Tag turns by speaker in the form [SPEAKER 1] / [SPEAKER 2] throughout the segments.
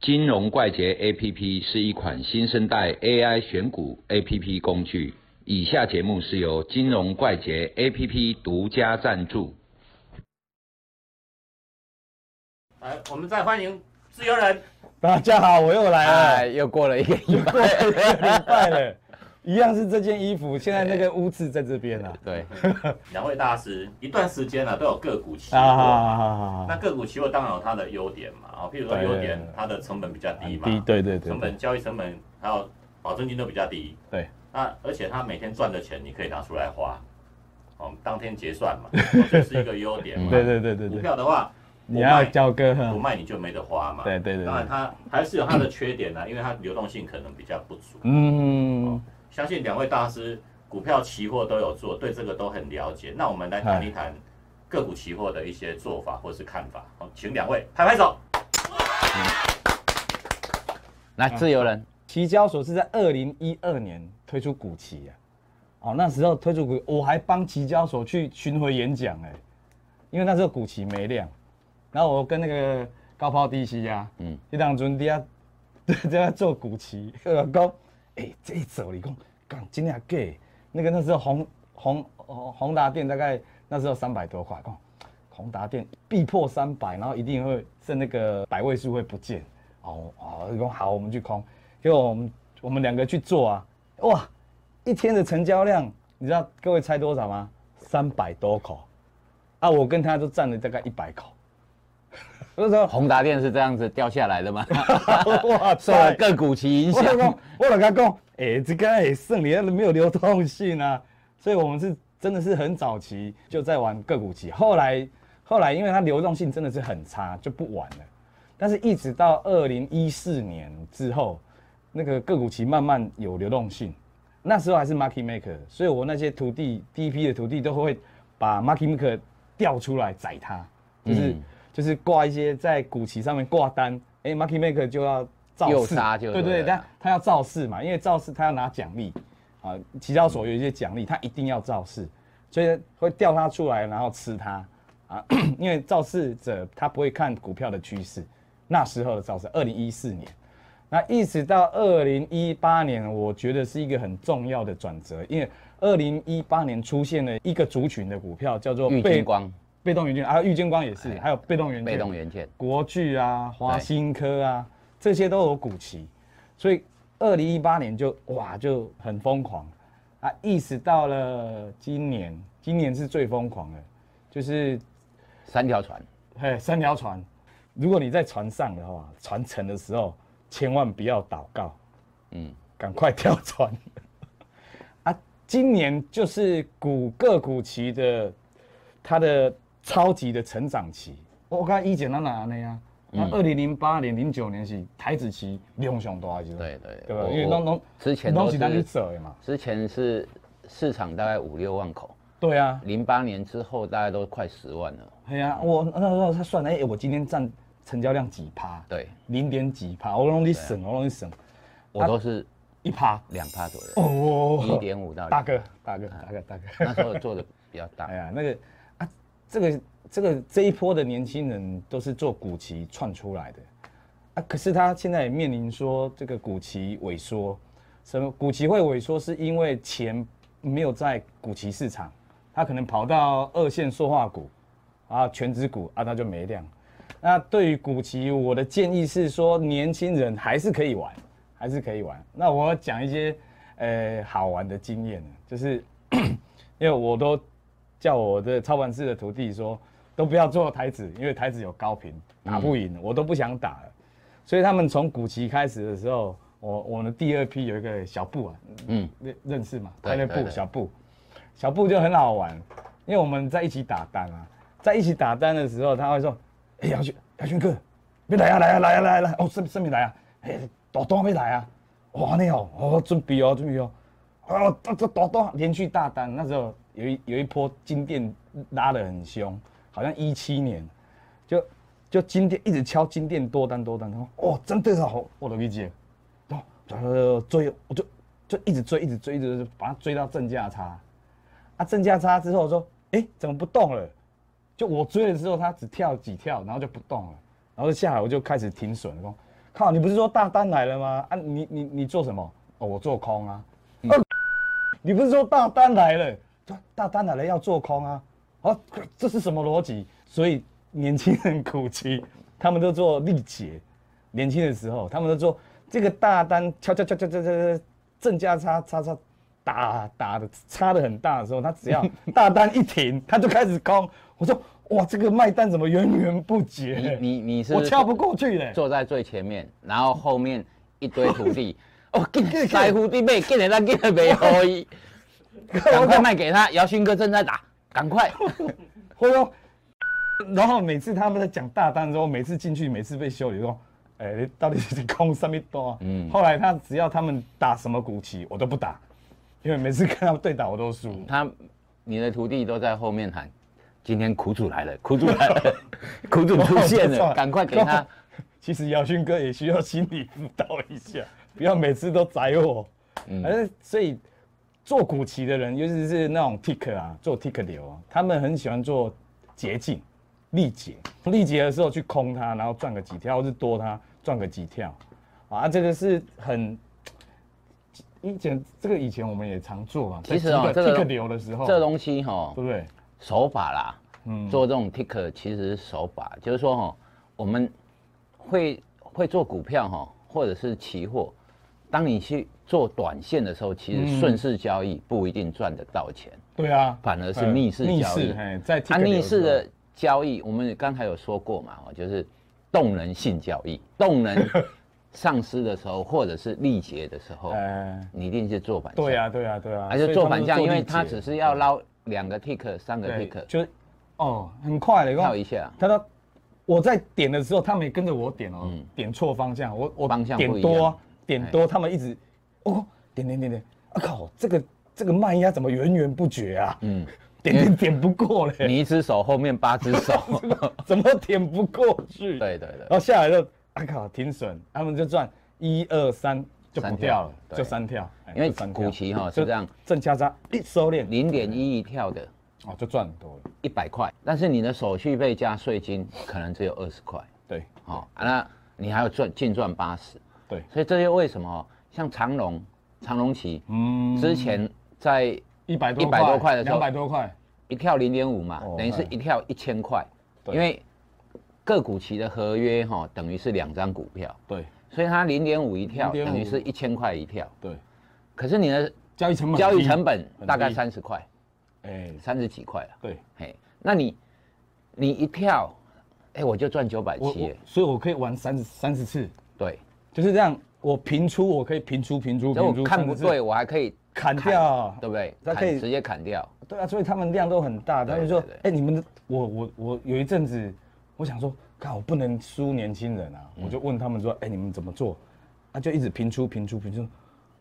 [SPEAKER 1] 金融怪杰 APP 是一款新生代 AI 选股 APP 工具。以下节目是由金融怪杰 APP 独家赞助。
[SPEAKER 2] 来，我们再欢迎自由人。
[SPEAKER 3] 大家好，我又来
[SPEAKER 4] 哎，
[SPEAKER 3] 了，
[SPEAKER 4] 又过了一个礼
[SPEAKER 3] 过了一个
[SPEAKER 4] 拜。
[SPEAKER 3] 礼拜了，一样是这件衣服，现在那个污渍在这边 啊。
[SPEAKER 4] 对，
[SPEAKER 2] 两位大师一段时间了、都有个股期货。
[SPEAKER 3] 啊好好好
[SPEAKER 2] 那
[SPEAKER 3] 好，
[SPEAKER 2] 个股期货当然有它的优点嘛，啊，譬如说
[SPEAKER 3] 对
[SPEAKER 2] 优点它的成本比较低嘛，
[SPEAKER 3] 低，对对对
[SPEAKER 2] 成本
[SPEAKER 3] 对
[SPEAKER 2] 交易成本还有保证金都比较低。
[SPEAKER 3] 对，
[SPEAKER 2] 那而且它每天赚的钱你可以拿出来花，哦，当天结算嘛， 哦这是一个优点嘛。
[SPEAKER 3] 对对对对
[SPEAKER 2] 股
[SPEAKER 3] 对，
[SPEAKER 2] 票的话，
[SPEAKER 3] 你
[SPEAKER 2] 不
[SPEAKER 3] 要
[SPEAKER 2] 卖
[SPEAKER 3] 交割
[SPEAKER 2] 不
[SPEAKER 3] 哈，
[SPEAKER 2] 卖你就没得花嘛。
[SPEAKER 3] 对对对
[SPEAKER 2] 当然
[SPEAKER 3] 对，
[SPEAKER 2] 它还是有它的缺点啊啦、因为它流动性可能比较不足。
[SPEAKER 3] 嗯，
[SPEAKER 2] 相信两位大师股票期货都有做，对这个都很了解。那我们来谈一谈个股期货的一些做法或是看法。好，请两位拍拍手。
[SPEAKER 4] 来自由人，
[SPEAKER 3] 期交所是在二零一二年推出股期啊，哦那时候推出股，我还帮期交所去巡回演讲哎，因为那时候股期没量，然后我跟那个高抛低吸啊，嗯
[SPEAKER 4] 嗯，
[SPEAKER 3] 一当阵底下对，就 在做股旗，我讲，哎、这一走你讲，讲今天还给那个那时候宏宏宏宏达电大概那时候三百多块，讲宏达电必破三百，然后一定会剩那个百位数会不见，哦哦，我讲好，我们去空，结果我们我们两个去做啊，哇，一天的成交量，你知道各位猜多少吗？三百多口，啊，我跟他都占了大概一百口， 我就说
[SPEAKER 4] 宏达电是这样子掉下来的吗？
[SPEAKER 3] 哇
[SPEAKER 4] 受了个股其影
[SPEAKER 3] 我老
[SPEAKER 4] 响
[SPEAKER 3] 公，，我老公讲，哎、这个也剩你没有流动性啊， 所以我们是真的是很早期就在玩个股期，后来后来因为它流动性真的是很差，就不玩了。但是一直到二零一四年之后，那个个股期慢慢有流动性，那时候还是 market maker，所以我那些徒弟第一批的徒弟都会把 market maker 调出来宰它，就是、
[SPEAKER 4] 嗯
[SPEAKER 3] 就是挂一些在股期上面挂单，哎、m a r k e t maker 就要造势
[SPEAKER 4] 诱杀就
[SPEAKER 3] 对
[SPEAKER 4] 对
[SPEAKER 3] 对，
[SPEAKER 4] 了
[SPEAKER 3] 但他要造势嘛，因为造势他要拿奖励，啊，期交所有一些奖励，他一定要造势，所以会调他出来，然后吃他啊， 因为造势者他不会看股票的趋势，那时候的造势，二零一四年，那一直到二零一八年，我觉得是一个很重要的转折，因为二零一八年出现了一个族群的股票叫做
[SPEAKER 4] 郁
[SPEAKER 3] 被
[SPEAKER 4] 金光
[SPEAKER 3] 被动元件，啊，玉金光也是，还有被动元件，
[SPEAKER 4] 哎被动元件，
[SPEAKER 3] 国巨啊、华新科啊，这些都有股期，所以二零一八年就哇就很疯狂啊，一直到了今年，今年是最疯狂的，就是
[SPEAKER 4] 三条船，
[SPEAKER 3] 嘿三条船，如果你在船上的话，船沉的时候千万不要祷告，
[SPEAKER 4] 嗯，
[SPEAKER 3] 赶快跳船 啊！今年就是股个股期的它的超级的成长期。我刚一简单哪那样，
[SPEAKER 4] 嗯
[SPEAKER 3] 那二零零八年、零九年是台子期量上大的时候，
[SPEAKER 4] 对对
[SPEAKER 3] 对吧？
[SPEAKER 4] 我
[SPEAKER 3] 因为拢拢
[SPEAKER 4] 之前
[SPEAKER 3] 拢
[SPEAKER 4] 都
[SPEAKER 3] 是咱去
[SPEAKER 4] 是
[SPEAKER 3] 做的嘛，
[SPEAKER 4] 之前是市场大概五六万口，
[SPEAKER 3] 对啊，
[SPEAKER 4] 零八年之后大概都快十万了，
[SPEAKER 3] 哎呀、我那时候他算，哎、我今天占成交量几趴？
[SPEAKER 4] 对
[SPEAKER 3] 零点几趴，我拢去省，我拢去省
[SPEAKER 4] 啊我都是
[SPEAKER 3] 啊一趴。
[SPEAKER 4] 两趴左右，
[SPEAKER 3] 哦，
[SPEAKER 4] 一点五到
[SPEAKER 3] 大
[SPEAKER 4] 两，
[SPEAKER 3] 哥，大哥，大哥，大哥。
[SPEAKER 4] 那时候做的比较大
[SPEAKER 3] 哎，呀，那个啊，这个这个这一波的年轻人都是做股旗窜出来的啊，可是他现在也面临说这个股旗萎缩，什么股旗会萎缩是因为钱没有在股旗市场，他可能跑到二线塑化股啊、全指股啊，那就没量。那对于股旗，我的建议是说，年轻人还是可以玩，还是可以玩。那我讲一些呃好玩的经验呢，就是 因为我都叫我的操盘室的徒弟说，都不要做台子，因为台子有高频，打不赢，我都不想打了。所以他们从古奇开始的时候，我我们第二批有一个小布啊，
[SPEAKER 4] 嗯，
[SPEAKER 3] 认认识嘛，
[SPEAKER 4] 对
[SPEAKER 3] 泰勒布
[SPEAKER 4] 对对
[SPEAKER 3] 小布，小布就很好玩，因为我们在一起打单啊，在一起打单的时候，他会说，哎、姚俊姚俊哥，别来啊来啊来啊来啊来啊，哦盛盛明来啊，哎、大单要来啊，哇那哦，哦准备哦准备哦，哦大大大单连续大单，那时候有一有一波金店拉得很凶，好像一七年，就就金店一直敲金店多单多单，他说哦真的好，我的理解，然后追我就就一直追一直追一直追把它追到正价差，啊正价差之后我说哎、怎么不动了？就我追了之后，它只跳几跳，然后就不动了，然后下来我就开始停损，说靠，你不是说大单来了吗？啊，你你你做什么？哦，我做空啊。哦 你不是说大单来了？对大单来了要做空啊。哦，这是什么逻辑？所以年轻人苦其，他们都做力竭。年轻的时候，他们都做这个大单敲敲敲敲敲敲敲，正价差差差打打的差的很大的时候，他 只要大单一停，他就开始空。我说哇，这个卖单怎么源源不绝？
[SPEAKER 4] 你你你是
[SPEAKER 3] 我跳不过去嘞。
[SPEAKER 4] 坐在最前面，然后后面一堆 徒弟，哦，给塞徒弟妹，给人家给人没可以，赶快卖给他，姚勋哥正在打，赶快，
[SPEAKER 3] 会用。 然后每次他们在讲大单之后，每次进去，每次被修理说，哎、你到底是空上面多？嗯。后来他只要他们打什么股旗，我都不打，因为每次跟他们对打我都输。
[SPEAKER 4] 他你的徒弟都在后面喊，今天苦主来了，苦主来了，苦主出 现了，赶快给他。
[SPEAKER 3] 其实姚勋哥也需要心理辅导一下， 不要每次都宰我。
[SPEAKER 4] 嗯
[SPEAKER 3] 反正所以做股旗的人，尤其是那种 tick 啊，做 tick 流啊，他们很喜欢做捷径、力竭。力竭的时候去空它，然后赚个几跳，或是多它赚个几跳。啊，这个是很以前这个以前我们也常做啊。
[SPEAKER 4] 其实哦这个
[SPEAKER 3] tick 流的时候，
[SPEAKER 4] 这东西哈，
[SPEAKER 3] 对不对？
[SPEAKER 4] 手法啦，
[SPEAKER 3] 嗯
[SPEAKER 4] 做这种 ticker 其实是手法，就是说哈，我们会会做股票哈，或者是期货，当你去做短线的时候，其
[SPEAKER 3] 嗯
[SPEAKER 4] 实顺势交易不一定赚得到钱，
[SPEAKER 3] 对啊，
[SPEAKER 4] 反而是
[SPEAKER 3] 呃
[SPEAKER 4] 逆势
[SPEAKER 3] 逆
[SPEAKER 4] 交易
[SPEAKER 3] 势，哎，在 tick
[SPEAKER 4] 它、
[SPEAKER 3] 流
[SPEAKER 4] 逆势
[SPEAKER 3] 时候
[SPEAKER 4] 的交易，我们刚才有说过嘛，哦，就是动能性交易，动能 丧失的时候，或者是力竭的时候，
[SPEAKER 3] 哎
[SPEAKER 4] 你一定是做反向，
[SPEAKER 3] 对啊，对啊，对啊，
[SPEAKER 4] 而
[SPEAKER 3] 所
[SPEAKER 4] 且
[SPEAKER 3] 以
[SPEAKER 4] 做
[SPEAKER 3] 他们是
[SPEAKER 4] 反向，因
[SPEAKER 3] 力
[SPEAKER 4] 为它
[SPEAKER 3] 竭嗯
[SPEAKER 4] 只是要捞两个 tick、三个
[SPEAKER 3] 对，
[SPEAKER 4] tick，
[SPEAKER 3] 就是哦，很快的，
[SPEAKER 4] 跳一下
[SPEAKER 3] 他说我在点的时候，他们也跟着我点哦，点错方向，我我
[SPEAKER 4] 嗯方向不
[SPEAKER 3] 点
[SPEAKER 4] 一
[SPEAKER 3] 多
[SPEAKER 4] 样哎
[SPEAKER 3] 啊点多，他们一直哦点点点点，啊靠，这个这个卖压怎么源源不绝啊？嗯，点点点不过嘞，
[SPEAKER 4] 你一只手后面八只手，
[SPEAKER 3] 怎么点不过去？
[SPEAKER 4] 对对对
[SPEAKER 3] 然后下来就啊靠停损，他们就赚一二三就不
[SPEAKER 4] 三
[SPEAKER 3] 掉
[SPEAKER 4] 跳
[SPEAKER 3] 了，
[SPEAKER 4] 对
[SPEAKER 3] 就三跳，哎
[SPEAKER 4] 因为
[SPEAKER 3] 就三跳
[SPEAKER 4] 股期哈
[SPEAKER 3] 就是
[SPEAKER 4] 这样，
[SPEAKER 3] 正价差一收敛
[SPEAKER 4] 零点一一跳的
[SPEAKER 3] 哦就赚很多了，
[SPEAKER 4] 一百块，但是你的手续费加税金可能只有二十块，
[SPEAKER 3] 对
[SPEAKER 4] 哦，啊那你还要赚净赚八十，
[SPEAKER 3] 对，
[SPEAKER 4] 所以这就为什么哦像长隆、长隆期
[SPEAKER 3] 嗯，
[SPEAKER 4] 之前在
[SPEAKER 3] 一百多
[SPEAKER 4] 100多块的时候
[SPEAKER 3] 两百多块，
[SPEAKER 4] 一跳零点五嘛
[SPEAKER 3] 哦，
[SPEAKER 4] 等于是
[SPEAKER 3] 哎
[SPEAKER 4] 一跳一千块，
[SPEAKER 3] 对
[SPEAKER 4] 因为个股期的合约哈等于是两张股票，
[SPEAKER 3] 对
[SPEAKER 4] 所以它零点五一跳
[SPEAKER 3] 0.5
[SPEAKER 4] 等于是一千块一跳，
[SPEAKER 3] 对，
[SPEAKER 4] 可是你的
[SPEAKER 3] 交易成本
[SPEAKER 4] 交易
[SPEAKER 3] 低
[SPEAKER 4] 成本大概
[SPEAKER 3] 低
[SPEAKER 4] 三十块，
[SPEAKER 3] 哎，
[SPEAKER 4] 三十几块啊。
[SPEAKER 3] 对，
[SPEAKER 4] 嘿，那你你一跳，哎、我就赚九百
[SPEAKER 3] 我
[SPEAKER 4] 七
[SPEAKER 3] 我，所以我可以玩三十三十次，
[SPEAKER 4] 对，
[SPEAKER 3] 就是这样，我平出我可以平出平出
[SPEAKER 4] 所以
[SPEAKER 3] 平
[SPEAKER 4] 我
[SPEAKER 3] 出，
[SPEAKER 4] 看不对，我还可以
[SPEAKER 3] 砍掉，
[SPEAKER 4] 对不对？
[SPEAKER 3] 它可以
[SPEAKER 4] 砍直接砍掉，
[SPEAKER 3] 对啊，所以他们量都很大，他
[SPEAKER 4] 对
[SPEAKER 3] 们说
[SPEAKER 4] 对对，
[SPEAKER 3] 哎，你们的我我我有一阵子，我想说，看我不能输年轻人啊，
[SPEAKER 4] 嗯
[SPEAKER 3] 我就问他们说，哎，你们怎么做？啊，就一直平出平出平出，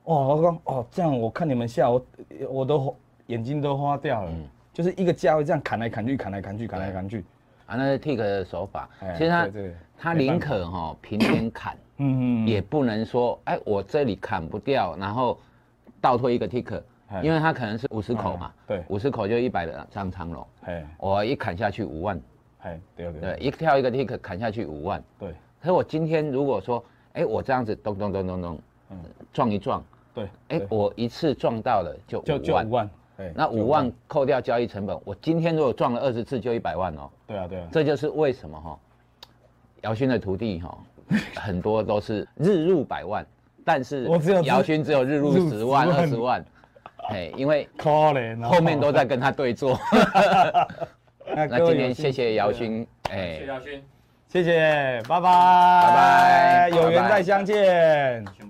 [SPEAKER 3] 哦，我刚哦这样，我看你们下我我都眼睛都花掉
[SPEAKER 4] 嗯
[SPEAKER 3] 了，就是一个价位这样砍来砍去，砍来砍去，砍来砍去，
[SPEAKER 4] 啊，那是 tick 的手法。
[SPEAKER 3] 哎
[SPEAKER 4] 其实它
[SPEAKER 3] 对对
[SPEAKER 4] 它
[SPEAKER 3] 没办
[SPEAKER 4] 宁 可哈、平天砍，
[SPEAKER 3] 嗯嗯嗯，
[SPEAKER 4] 也不能说哎、我这里砍不掉，然后倒退一个 tick，
[SPEAKER 3] 哎
[SPEAKER 4] 因为它可能是五十口嘛，
[SPEAKER 3] 哎对
[SPEAKER 4] 五十口就一百张长龙，
[SPEAKER 3] 哎
[SPEAKER 4] 我哦一砍下去五万，
[SPEAKER 3] 哎，对对
[SPEAKER 4] 对，一跳一个 tick 砍下去五万，
[SPEAKER 3] 对
[SPEAKER 4] 可是我今天如果说，哎、我这样子咚咚咚咚咚，撞一撞，
[SPEAKER 3] 对，
[SPEAKER 4] 哎、
[SPEAKER 3] 嗯对
[SPEAKER 4] 我一次撞到了就
[SPEAKER 3] 就
[SPEAKER 4] 五
[SPEAKER 3] 就五
[SPEAKER 4] 万，
[SPEAKER 3] 万，对，
[SPEAKER 4] 那
[SPEAKER 3] 就
[SPEAKER 4] 五万扣掉交易成本，我今天如果撞了二十次就一百万哦，
[SPEAKER 3] 对啊，对啊，
[SPEAKER 4] 这就是为什么哈、姚勋的徒弟哈、很多都是日入百万，但是
[SPEAKER 3] 我只有日
[SPEAKER 4] 姚勋只有日入
[SPEAKER 3] 入
[SPEAKER 4] 十万
[SPEAKER 3] 10万
[SPEAKER 4] 二十万，哎、因为
[SPEAKER 3] 可怜哦，
[SPEAKER 4] 后面都在跟他对坐。
[SPEAKER 3] 那
[SPEAKER 4] 那
[SPEAKER 3] 各位
[SPEAKER 4] 今
[SPEAKER 3] 有
[SPEAKER 4] 天
[SPEAKER 3] 兴趣
[SPEAKER 4] 谢谢
[SPEAKER 3] 的
[SPEAKER 4] 姚，勋，哎、
[SPEAKER 2] 谢谢耀勋，
[SPEAKER 3] 谢谢，拜拜，
[SPEAKER 4] 拜拜
[SPEAKER 3] 有缘再相见。
[SPEAKER 2] 全部。